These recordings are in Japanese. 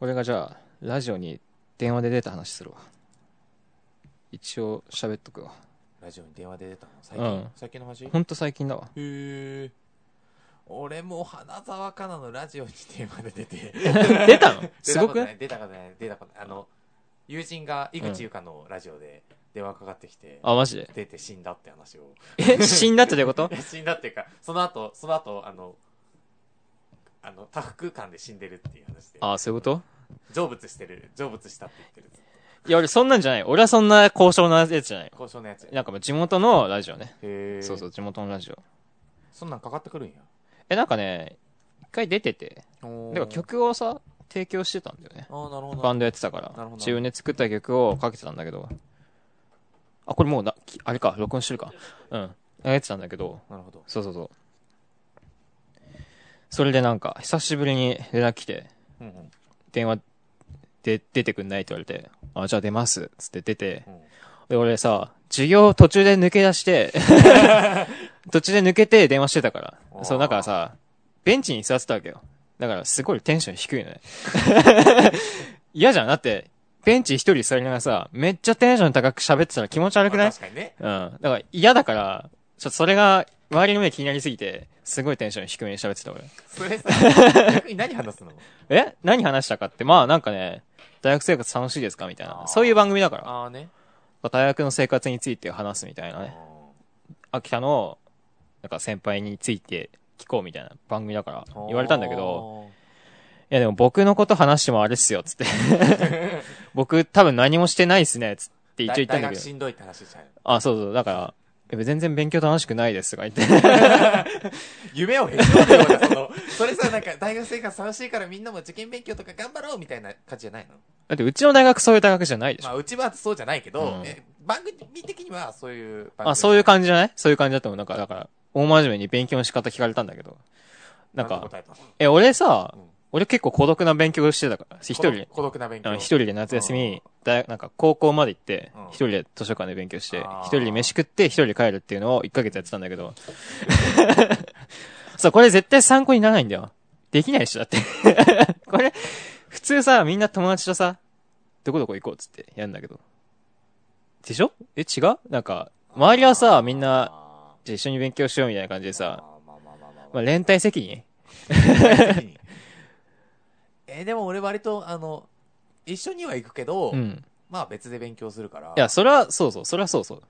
俺がじゃあ、ラジオに電話で出た話するわ。一応喋っとくわ。ラジオに電話で出たの最近、うん最近の話へほんと最近だわ。え俺も花澤香菜のラジオに電話で出て出た のすごくない出たことない出たことない出たことないあの友人が井口優香のラジオで電話かかってきて、あ、マジで出て死んだって話をえ、 死んだってどういうこといや 死んだっていうかその後その後あのあの多腹空間で死んでるっていう話であ、そういうこと成仏してる成仏したって言ってるいや、俺そんなんじゃない。俺はそんな交渉なやつじゃない。交渉のやつへなんかもう地元のラジオね。えそうそう、地元のラジオ。そんなんかかってくるんやえ、なんかね、一回出てて、ででも曲をさ、提供してたんだよね。ああなるほどバンドやってたかなるらほど。自分で作った曲をかけてたんだけど。あ、これもうな、きあれか、録音してるか。うん。やってたんだけど、なるほどそうそうそう。それでなんか、久しぶりに連絡来て、うんうん電話で出てくんないって言われて、あ、じゃあ出ます。つって出てう、んで、俺さ、授業途中で抜け出して、途中で抜けて電話してたかあーら。そう、だからさ、ベンチに座ってたわけよ。だからすごいテンション低いのね。嫌じゃん。だって、ベンチ一人で座りながらさ、めっちゃテンション高く喋ってたら気持ち悪くなまあい確かにねうん。だから嫌だから、ちょっとそれが、周りの目気になりすぎて、すごいテンション低めに喋ってた俺。それさ 逆に何話すのえ何話したかって、まあなんかね、大学生活楽しいですかみたいあな。ーそういう番組だから。ああね大学の生活について話すみたいなね。秋田の、なんか先輩について聞こうみたいな番組だからあー言われたんだけど、いやでも僕のこと話してもあれっすよ、 つって。僕多分何もしてないっすね、つって一応言ったんだ大け学どし。んどいって話しちゃうあ、そうそう、だから、いや全然勉強楽しくないですとか言って。 夢を減らそうってことだその それさなんか大学生活楽しいからみんなも受験勉強とか頑張ろうみたいな感じじゃないのだってうちの大学そういう大学じゃないでしまょ。あうちはそうじゃないけど、うんえ番組的にはそういうあ、そういうじ感じじゃないそういう感じだと思う。なんか、だから、大真面目に勉強の仕方聞かれたんだけど。なんか、え、俺さ、うん俺結構孤独な勉強してたから、一人で。孤独な勉あ強の一人で夏休み、大なんか高校まで行ってうん、一人で図書館で勉強して、あー一人で飯食って、一人で帰るっていうのを一ヶ月やってたんだけど。 そう、これ絶対参考にならないんだよ。できないし、だって。 これ、普通さ、みんな友達とさ、どこどこ行こうっつってやるんだけど。でしょえ、違うなんか、周りはさ、みんな、あじゃあ一緒に勉強しようみたいな感じでーさ、まあまあまあまあままああ、連帯責任 えでも俺割とあの一緒には行くけど、うん。まあ別で勉強するからいや、それは、そうそう、それはそうそう。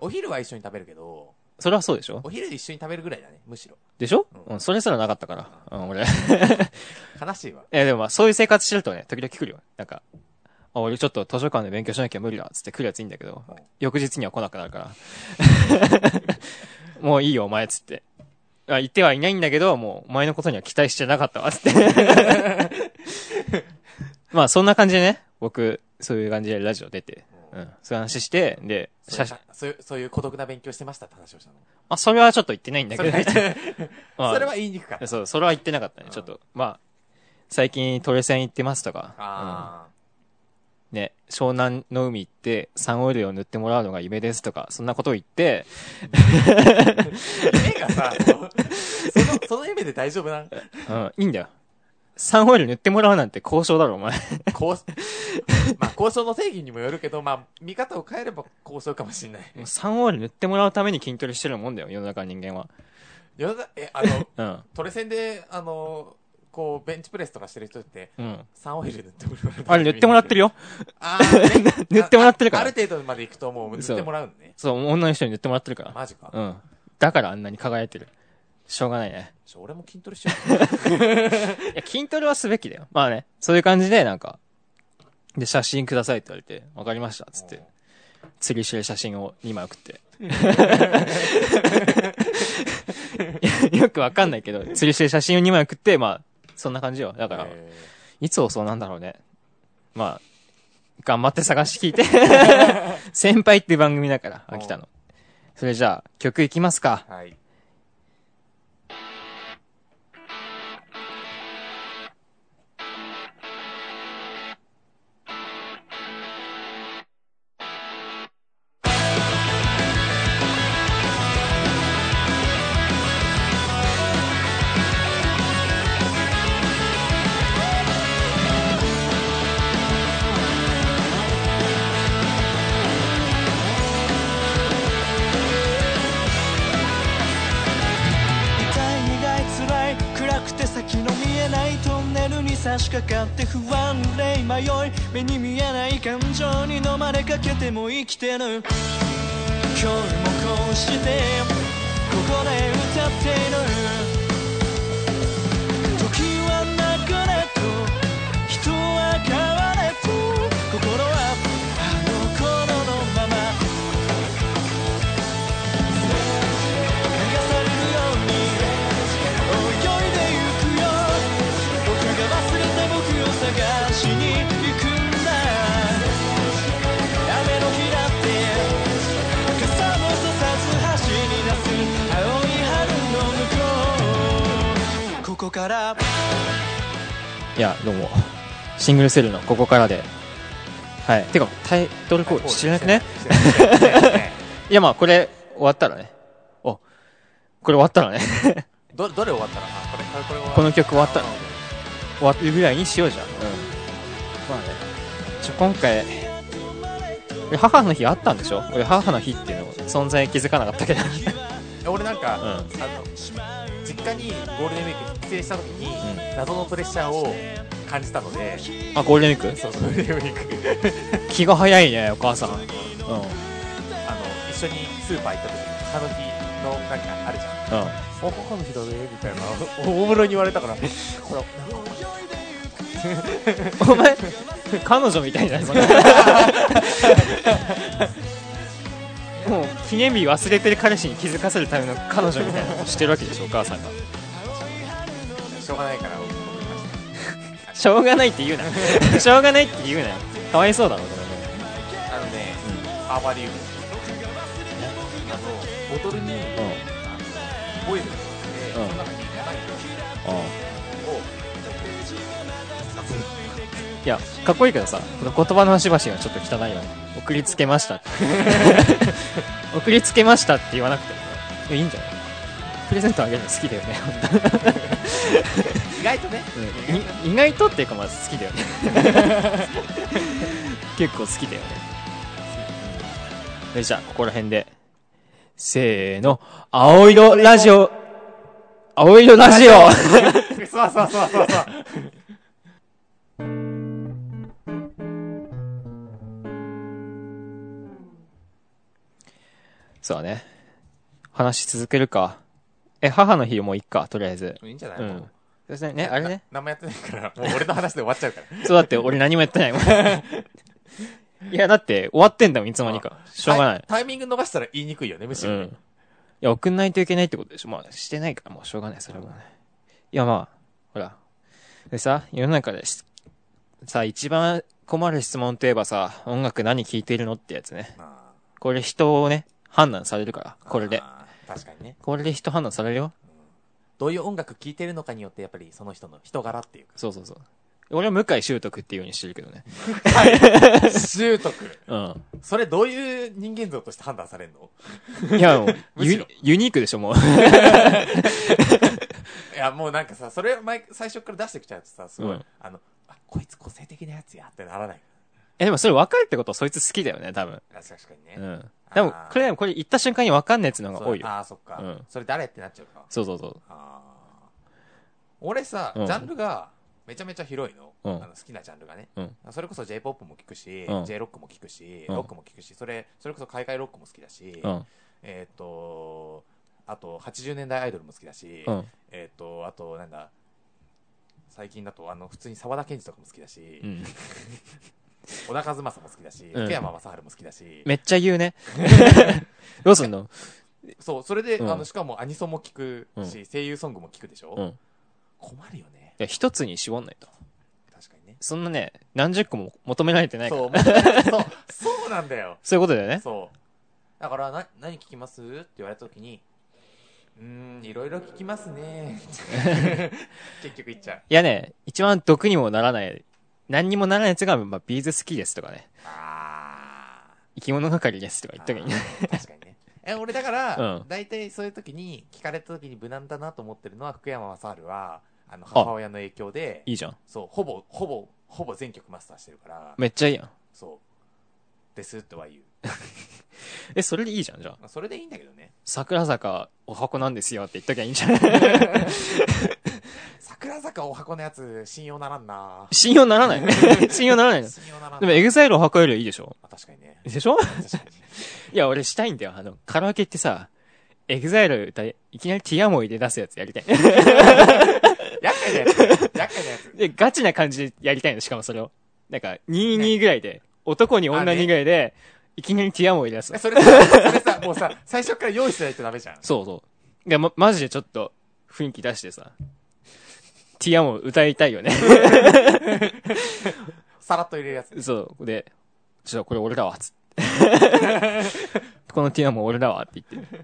お昼は一緒に食べるけどそれはそうでしょお昼一緒に食べるぐらいだねむしろでしょうんうん、それすらなかったから。うん、俺。悲しいわえ、でもまあ、そういう生活してるとね、時々来るよ。なんか、あ、俺ちょっと図書館で勉強しなきゃ無理だ、つって来るやついいんだけどうん、翌日には来なくなるから。 もういいよ、お前、つって。あ、言ってはいないんだけど、もう、お前のことには期待してなかったわ、つって。 まあ、そんな感じでね、僕、そういう感じでラジオ出て、ううんん、そういう話して、で、そう写いう真、そういうそういう孤独な勉強してましたって話をしたのあ、それはちょっと言ってないんだそけれどは、 まあそれは言いにくかったそう、それは言ってなかったねう、んちょっと。まあ、最近トレセン行ってますとか、うんあね、湘南の海行って、サンオイルを塗ってもらうのが夢ですとか、そんなことを言って、あ夢がさそのその 夢で大丈夫なんうん、いいんだよ。サンオイル塗ってもらうなんて交渉だろ、お前。 交渉まあ交渉の定義にもよるけどまあ見方を変えれば交渉かもしれないもうサンオイル塗ってもらうために筋トレしてるもんだよ、世の中の人間は。世の中えあのうん。トレセンであのこうベンチプレスとかしてる人ってうん。サンオイル塗ってもらうあれ塗ってもらってるよよ。あーね 塗ってもらってるからあある程度まで行くともう塗ってもらうのねそう、女の人に塗ってもらってるから。マジか、うん。だからあんなに輝いてる。しょうがないね。ちょ俺も筋トレしよいや、筋トレはすべきだよ。まあね、そういう感じで、なんか、で、写真くださいって言われて、わかりました、うつって。釣りしてる写真を2枚送 って。いやよくわかんないけど、釣りしてる写真を2枚送って、まあ、そんな感じよ。だから、えーいつそうなんだろうね。まあ、頑張って探して聞い て。先輩っていう番組だから、うん秋田の。それじゃあ、曲いきますか。はい。 「しかかって不安で迷い目に見えない感情に飲まれかけても生きてる今日もこうしてここで歌っている時は流れと人は変われと心はあの頃のまま流されるように泳いでゆくよ僕が忘れた僕を探しに行くんだ雨の日だって傘もささず走り出す青い春の向こうここからいや、どうも。シングルセルのここからで。はい。てか、タイトルコール知らなくね知らなくねいや、まあ、これ、終わったらね。お、これ終わったらね。どどれ終わったらあこれこれ終わこの曲終わったあ終わるぐらいにしようじゃん。うん。まあね。ちょ、今回、俺母の日あったんでしょ俺母の日っていうの存在気づかなかったけど。俺なんか、うんあの実家にゴールデンウィーク帰省した時に、う謎のプレッシャーを感じたのでそ あ、ゴールデンウィークうそうゴールデンウィーク気が早いね、お母さん。うん。うん。あの一緒にスーパー行った時に母の日のなんかあるじゃんお母の日だねみたいなおおもろに言われた からほらお前、彼女みたいじゃない もう、記念日忘れてる彼氏に気づかせるための彼女みたいなのをしてるわけでしょ、お母さんが。しょうがないから思いまししょうがないって言うな。 しょうがないって言うなよ。かわいそうだろ、こたあのね、アーバリウムあのボトルに、れね。オイルを入れて、うんその中に生うん。うん。をいや、かっこいいけどさ、この言葉の端々がちょっと汚いよね。送りつけましたって。送りつけましたって言わなくてもねいやいいんじゃないプレゼントあげるの好きだよね、本意外と ね、当にい意外とっていうかまあ好きだよね。結構好きだよね。それじゃあ、ここら辺で。せーの、青色ラジオ青色ラジオそうそうそうそうそうそうね。話し続けるか。え、母の日もういいか、とりあえず。いいんじゃない、うもん。そうですね、あれね。何もやってないから、もう俺の話で終わっちゃうから。そうだって俺何もやって ないもん。いや、だって終わってんだもん、いつの間にか。 しょうがない。タイタイミング逃したら言いにくいよね、むしうろ。ん。いや、送んないといけないってことでしょ。まあ、してないからもうしょうがない、それもね。いや、まあ、ほら。でさ、世の中でしさ、一番困る質問といえばさ、音楽何聴いてるのってやつね。まあこれ人をね、判断されるから、これで。あー確かにね。これで人判断されるよ。どういう音楽聴いてるのかによって、やっぱりその人の人柄っていうか。そうそうそう。俺は向井修徳っていうようにしてるけどね。習得。 うん。それどういう人間像として判断されるのいや、もう、むしユろユニークでしょ、もう。 いや、もうなんかさ、それ前、最初から出してきちゃうとさ、すごい、うんあの、あ、こいつ個性的なやつやってならない。え、でもそれ分かるってことはそいつ好きだよね、多分。あ確かにね。うん。でもあ、ーこれ、これ言った瞬間に分かんないやつの方がそ多ういよ。ああ、そっか、うんそれ誰ってなっちゃうか。そうそうそう。あー俺さ、うんジャンルがめちゃめちゃ広いの,、うんあの好きなジャンルがね、うんそれこそ J−POP も聞くし、うん J−ROCK も聞くし、うんロックも聞くしそれそれこそ海外ロックも好きだし、うん。えーっ、とあと80年代アイドルも好きだし、うん。えーっ、とあとなんだ最近だとあの普通に沢田研二とかも好きだし、うん。小田和正も好きだし、うん福山雅治も好きだし、めっちゃ言う ね。どうすんのそうそれで、うんあのしかもアニソンも聞くし、う声優ソングも聞くでしょ、うん。い困るよねや、一つに絞んないと。確かにねそんなね、何十個も求められてないから。そう、もう そう、そうなんだよ。そういうことだよね。そう。だから、な、何聞きますって言われたときに、うーん、いろいろ聞きます ね。結局言っちゃう。いやね、一番毒にもならない、何にもならないやつが、まあ、ビーズ好きですとかね。あ生き物係ですとか言っときにね。ー確かにね。え、俺だから、うん大体そういう時に、聞かれた時に無難だなと思ってるのは、福山雅治は、あの、母親の影響で、いいじゃん。そう、ほぼ、ほぼ、ほぼ全曲マスターしてるから、めっちゃいいやん。そう、ですとは言う。え、それでいいじゃん、じゃあ。まあ、それでいいんだけどね。桜坂、お箱なんですよって言っときゃいいんじゃない桜桜坂お箱のやつ、信用ならんな 信用ならない 信用ならないの。信用ならんなでも、エグザイルを箱よりはいいでしょあ確かにね。でしょ確かに。いや、俺したいんだよ。あの、カラオケ行ってさ、エグザイル歌い、いきなりティアモイで出すやつやりた い。厄介なやつ。厄介なやつ。で、ガチな感じでやりたいの、しかもそれを。なんか、22ぐらいで、男に女にぐらいで、いきなりティアモイで出すえ。それさ、それさ、もうさ、最初から用意しないとダメじゃん。そうそう。いや、ま、マジでちょっと、雰囲気出してさ、ティアモイ歌いたいよね。さらっと入れるやつ。そう。で、ちょっとこれ俺だわ、つって。 このティアモイ俺だわ、って言って。い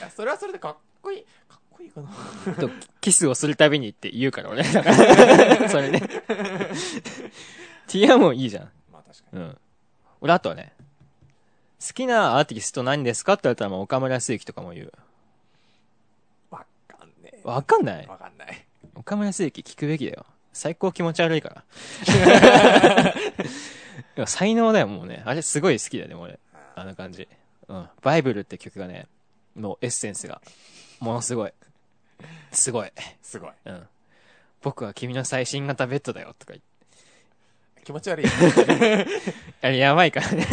やそれはそれでかっこいい。かっこいいかな。とキスをするたびにって言うから俺。 だからそれね。ティアモンいいじゃん。まあ確かに。うん。俺あとはね、好きなアーティスト何ですかって言われたらもう岡村康之とかも言う。わかんねえ。わかんないわかんない。岡村康之聞くべきだよ。最高気持ち悪いから。 いや才能だよ、もうね。あれすごい好きだよね、俺。あの感じ。うん。バイブルって曲がね、もうエッセンスが、ものすごい。すごい。すごい。うん。僕は君の最新型ベッドだよ、とか言って。気持ち悪い。あれ、やばいから ね。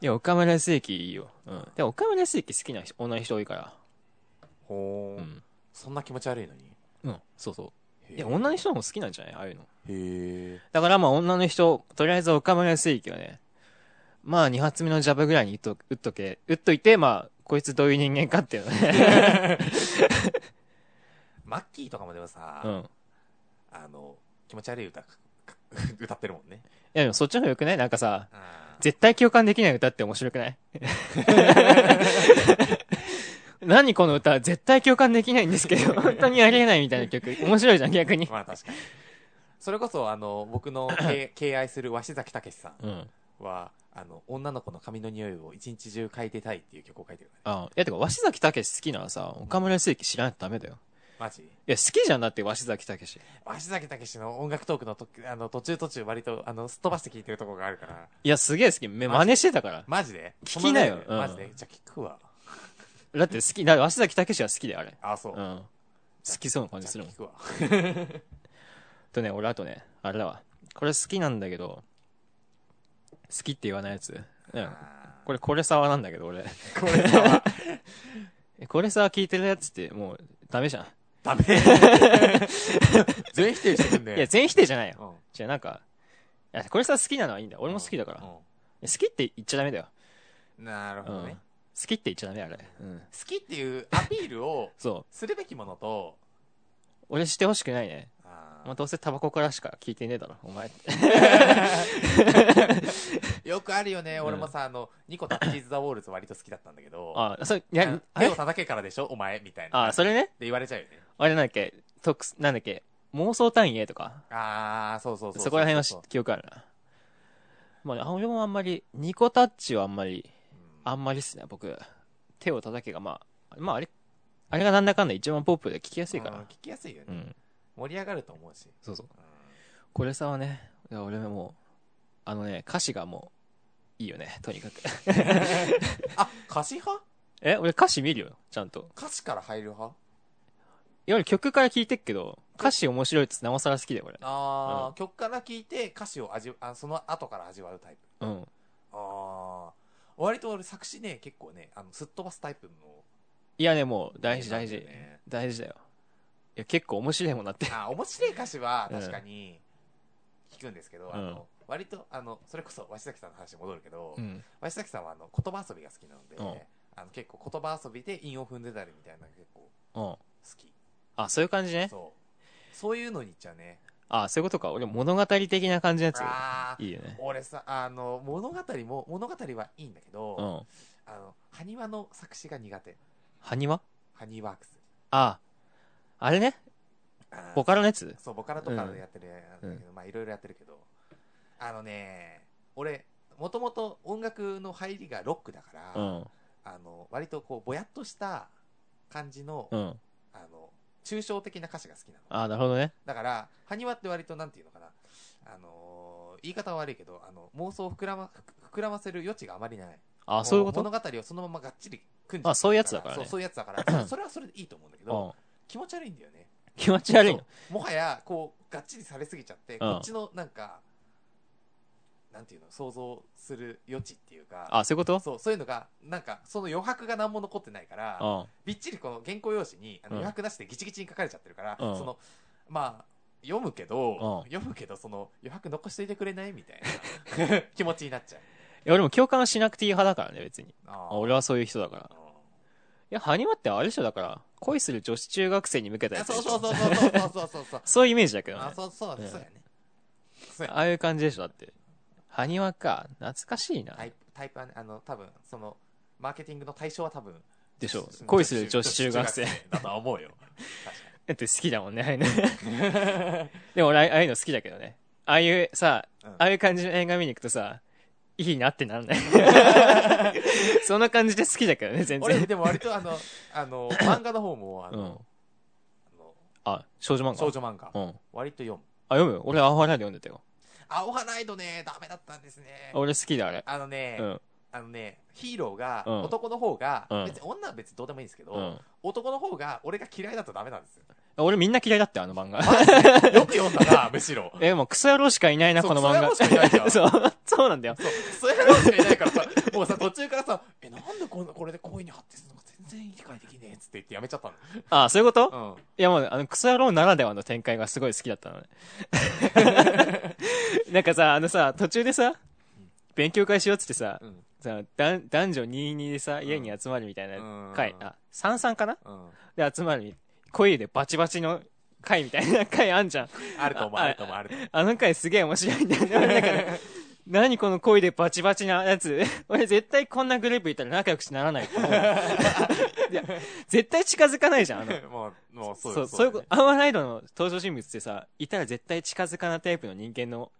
いや、岡村康之いいよ。うん。でも、岡村康之好きな人女の人多いから。ほうーん。そんな気持ち悪いのに。うん。そうそう。いや、へ女の人も好きなんじゃないああいうの。え。だから、まあ、女の人、とりあえず岡村康之はね、まあ、二発目のジャブぐらいに打っと打っとけ、打っといて、まあ、こいつどういう人間かっていうのね。マッキーとかもでもさ、うん。いあの、気持ち悪い歌か、か歌ってるもんね。や、でもそっちの方が良くないなんかさ、あ絶対共感できない歌って面白く ない何この歌絶対共感できないんですけ ど、本当にありえないみたいな曲。面白いじゃん、逆に ー。まあ確かに。それこそ、あの、僕の 敬敬愛する鷲崎武さうん。あんは、あの、女の子の髪の匂いを一日中嗅いでたいっていう曲を書いてるからね。いや、てか、鷲崎武史好きならさ、岡村正樹知らないとダメだよ。マジいや、好きじゃんだって、鷲崎武史。鷲崎武史の音楽トークのとあの途中途中割とあのすっ飛ばして聞いてるとこがあるから。いや、すげえ好き。めマ真ジ似してたから。マジで聞きなよそのうんレベルマジでじゃあ聞くわ。だって好き、だ鷲崎武史は好きだよ、あれ。あ、そう。うん。好きそうな感じすじるゃあもん聞。くわ。とね、俺あとね、あれだわ。これ好きなんだけど、好きって言わないやつ。うん。あこれ、これ沢なんだけど、俺。ーこれはえこれさ、聞いてるやつって、もう、ダメじゃん。ダメ。 全否定してくんね。いや、全否定じゃないよ。うん、じゃあ、なんか、いや、これさ、好きなのはいいんだよ。俺も好きだから。うん好きって言っちゃダメだよ。うんなるうほん。どね、好きって言っちゃダメ、あれ。うん。好きっていうアピールをそう。するべきものと、俺してほしくないね。あーまあ、どうせタバコからしか聞いてねえだろ、お前。よくあるよね。俺もさ、あの、ニコタッチーズ・ザ・ウォールズ割と好きだったんだけど、あ、それ、いあのや、あ手をれ叩けからでしょお前みたいな。あ、それね。で言われちゃうよね。あれなんだっけ、特す、なんだっけ、妄想単位 A とか。ああ、そうそうそうううう。そこら辺はし記憶あるな。まあね、あ俺もあんまり、ニコタッチはあんまり、あんまりっすね、僕。手を叩けが、まあ、まああれ、あれがなんだかんだ一番ポップで聞きやすいかうんら聞。きやすいようね。ん。盛り上がると思う し。そうそう。うんこれさはね、いや俺もう、あのね、歌詞がもう、いいよね、とにかく。 あ、歌詞派え、俺歌詞見るよ、ちゃんと。歌詞から入る派いわゆる曲から聞いてっけど、歌詞面白いっつってなおさら好きだよ、俺。あーう曲から聞いて歌詞を味わあ、その後から味わうタイプ。うん。ああ。割と俺作詞ね、結構ね、あの、すっ飛ばすタイプの。いやね、もう、大事、そうな大んだよ事ね。大事だよ。いや、結構面白いもんなって。あー、面白い歌 詞はうん確かに聞くんですけど、あうんの、割と、あの、それこそ、鷲崎さんの話に戻るけど、うん。鷲崎さんはあの、言葉遊びが好きなので、うんあの、結構言葉遊びで韻を踏んでたりみたいなのが結構好うん。き。あ、そういう感じね。そう。そういうのにいっちゃうね。あ、そういうことか。俺、物語的な感じのやつ。ああ。いいよね。俺さ、あの、物語も、物語はいいんだけど、うん。あの、埴輪の作詞が苦手。埴輪ハニーワークス。あ、あれね。あーボカロのやつそう、ボカロとかでやってるやつなんだけど、まあいろいろやってるけど、あのね、俺、もともと音楽の入りがロックだから、うん。あの、割とこう、ぼやっとした感じの、うん。あの、抽象的な歌詞が好きなの。あ、なるほどね。だから、ハニワって割となんていうのかな、あのー言い方は悪いけど、あの、妄想を膨らま、膨らませる余地があまりない。あ、そういうこ物と語をそのままがっちり組んじゃってるあそういうやつだからね そう、そういうやつだから、そうそれはそれでいいと思うんだけうど、ん。気持ち悪いんだよね。気持ち悪いその。うもはやこうがっちりされすぎちゃって、こっちのなんかなんていうの想像する余地っていうかあ、そういうことそうそういうのがなんかその余白が何も残ってないから、うん。びっちりこの原稿用紙にあのうん余白なしでギチギチに書かれちゃってるから、うんそのまあ読むけど、うん読むけどその余白残しといてくれないみたい な気持ちになっちゃういや、俺も共感しなくていい派だからね、別に。ああ俺はそういう人だから。いや、ハニワってあれでしょ、だから、恋する女子中学生に向けたあやつでそしうょ。そうそうそうそうそうそう そうそういうイメージだけどね。あそうそうねそうやねそうやああいう感じでしょ、だって。ハニワか。懐かしいな。タイプタイプはねあの多分そのマーケティングの対象は多分でしょ女子恋する女子中学生女子中だとは 思うよ確かだって好きだもんね、ああいうの。 でも俺、あああいうの好きだけどね。ああいうさ、うんああいう感じの映画見に行くとさ、いいなってなん ない。そんな感じで好きだけどね、全に俺然。でも割とあのあの漫画の方もあうの,、ん。あのあ、少女漫画。少女漫画、うん。割と読むあ、読む俺、アホラで読んでたよ。青花ライドねダメだったんですね俺好きだ、あれ。あのね、うん。あのねヒーローが、うん男の方が、うん別に女は別にどうでもいいんですけど、うん男の方が俺が嫌いだとダメなんですよ俺みんな嫌いだったよ、あの 漫画。よく読んだなむしろえ、もうクソ野郎しかいないな、そうこの漫画。クソ野郎しかいないじゃ んそう、そうなんだよ。そう、そういう話しかいないからさ、もうさ、途中からさ、え、なんでこんな、これで恋に発展するのか全然理解できねえっつって言ってやめちゃったあ、そういうこと、いの。うん。や、もう、あの、クソ野郎ならではの展開がすごい好きだった のね。なんかさ、あのさ、途中でさ、勉強会しようっつってさ、うん。さだん男女22でさ、家に集まるみたいな会、うんあ、33かなうん。で集まる。恋でバチバチの会みたいな会あんじゃん。あると思う、ああると思う、あると思う。あの回すげえ面白いんだよね。俺の中で 何この恋でバチバチなやつ。俺絶対こんなグループいたら仲良くしならない と思う。いや、絶対近づかないじゃん、あの。もう、もう、そうそう、そういうこと、アワライドの登場人物ってさ、いたら絶対近づかなタイプの人間の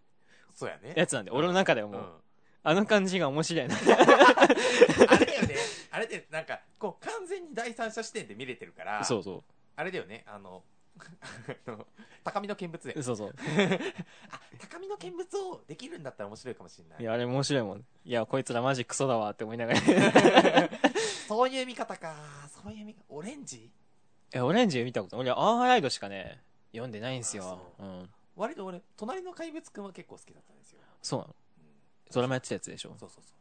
そうやね。やつなんで、俺の中ではうもんう、。あの感じが面白いな。あれだよね。あれで、なんか、こう、完全に第三者視点で見れてるから、 そうそあれだよね、あの、 あの高みの見物でう。。そうそう。あ、高みの見物をできるんだったら面白いかもしれないい。や、あれ面白いもん。いや、こいつらマジクソだわって思いなが ら。そういう見方か。そういう見方。オレンジえ、オレンジ見たこと俺、アーハライドしかね、読んでないんすあよ。うん。割と俺、隣の怪物くんは結構好きだったんですよ。そうなのうんドラマやってたやつでしょ。そうそうそう。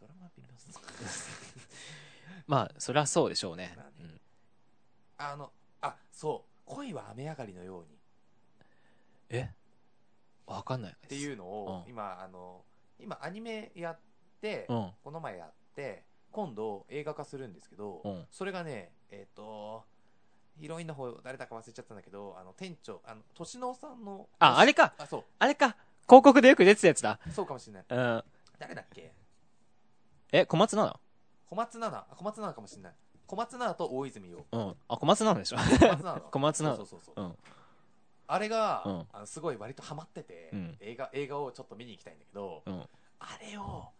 ドラマは微妙っすまあ、そりゃそうでしょうねまあね。うんあの、あ、そう。恋は雨上がりのようにっえわかんない。っていうのを、うん今、あの、今アニメやって、うん。この前やって、今度映画化するんですけど、うんそれがね、えっ、と、ヒロインの方、誰だか忘れちゃったんだけど、あの、店長、あの、年のさんの。あ、あれかあ、そあれか広告でよく出てたやつだ。う。そうかもしれない。うん。誰だっけえ、小松菜小松菜奈。あ小松菜奈かもしれない。小松菜奈と大泉洋。奈うん。あ、小松菜奈でしょ。 小松菜 奈だ小松菜奈そうそうそうそう。うん。あれが、うんあのすごい割とハマってて、うん映画映画をちょっと見に行きたいんだけど、うん。あれを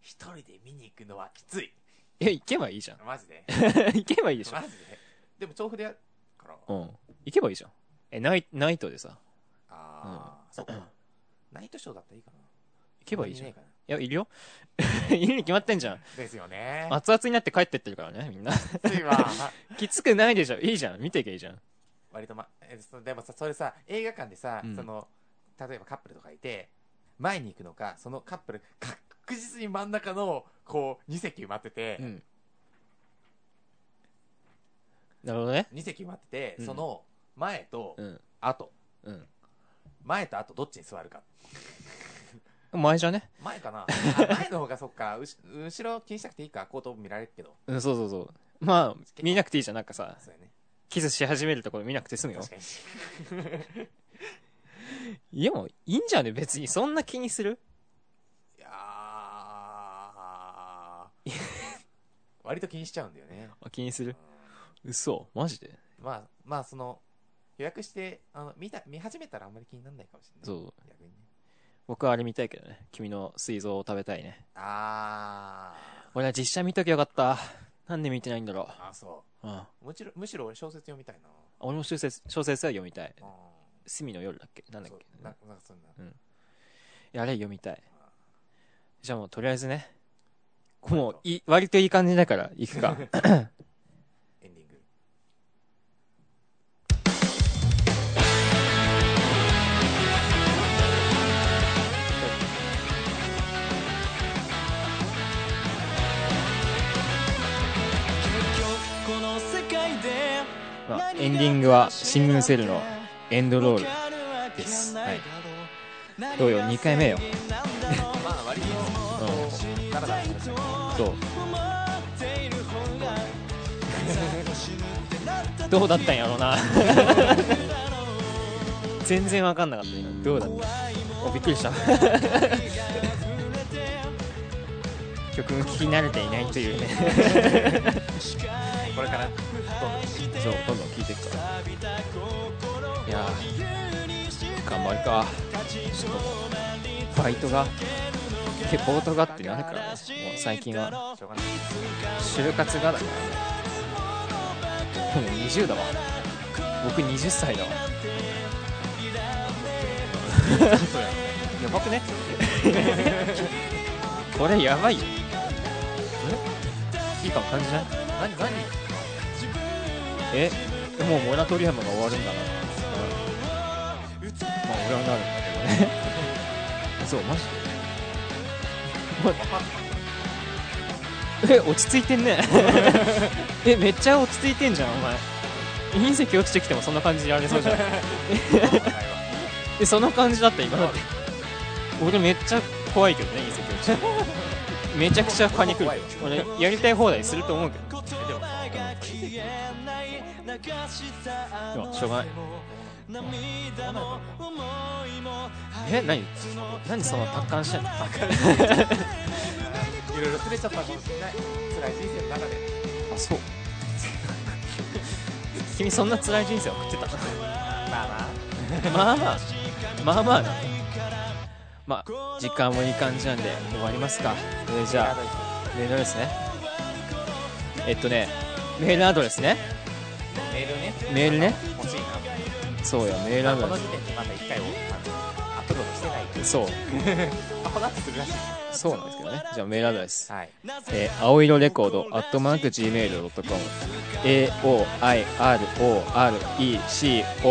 一人で見に行くのはきついえ、行けばいいじゃん。 マジで行けばいいでしょマ。ジででも調布でやるから、あうん。行けばいいじゃん。え、ナイナイトでさ。あー、そうかナイトショーだったらいいかな行けばいいじゃん。いそなにねや、いるよ。 いるに決まってんじゃん。えかなですよね熱々になって帰ってってるからね、みんな。 きついわきつくないでしょ。いいじゃん。見ていけばいいじゃん。割と、ま、えそでもさそれさ映画館でさ、うんその例えばカップルとかいて前に行くのかそのカップル確実に真ん中のこう2席埋まってて、うん。なるほどね。 2席埋まってて、うんその前とうん。後、うん。前と後どっちに座るか前じゃね。前かなあ前の方がそっかうし後ろ気にしなくていいか後頭部見られるけどうん、そうそうそう。まあ、見なくていいじゃん。なんかさ、そうやねキスし始めるところ見なくて済むよ確。かにいや、もういいんじゃね別に。そんな気にするいや ー割と気にしちゃうんだよねあ気にする嘘マジでまあまあその予約してあの見た見始めたらあんまり気にならないかもしれないそう。逆にね僕はあれ見たいけどね。君の膵臓を食べたいね。あ俺は実写見ときゃよかった。なんで見てないんだろーあそうん。あうむしろむしろ俺小説読みたいな俺も小説、小説は読みたい。うん隅の夜だっけなんだっけそうななんかそんな、いや、あれ読みたい。じゃあもうとりあえずね。もう、い、割といい感じだ から、行くか。エンディングエンディングは新聞セルのエンドロールですはいどうよ2回目 よまあ割とうんダラダラそうどうだったんやろうな全然わかんなかった今どうだったおびっくりした 曲も聴き慣れていないというねこれからどんそうどんどん聴いていくからいやー頑張るかちょっとバイトがレポートがってなるからねもう最近はどんしょうが ない就活がだからねでも20だわ僕20歳だわやばくねこれやばいよいいかも感じない 何何えもうモラトリアムが終わるんだなまあ俺はなるんだけどね そうマジ でおいえ落ち着いてんねえめっちゃ落ち着いてんじゃんお前隕石落ちてきてもそんな感じでやれそうじ ゃないえその感じだった今だって俺めっちゃ怖いけどね隕石落ちて めちゃくちゃパニクる俺やりたい放題すると思うけどでもでもしょうがないえ何何その達観してんのいろいろ釣れちゃったかもしれない辛い人生の中であそう 君そんな辛い人生送ってたまあまあまあまあまあまあなんだまあ時間もいい感じなんで終わりますかそれじゃあメールアドレスねえっとねメールアドレスねメールねメールね欲しいなそうよメールアこドのレ時点でまだ一回をあのアップロードしてないスそうアホだってするらしいそうなんですけどねじゃあメールアドレスはいえー、青色レコード、アットマーク Gmail.com、AOIRORECORD、アッ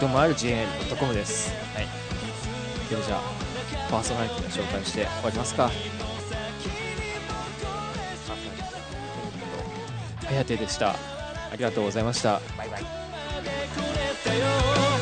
トマーク Gmail.com です。はい。ではじゃあ、パーソナリティの紹介して終わりますか。はやてでした。ありがとうございました。バイバイこれだよ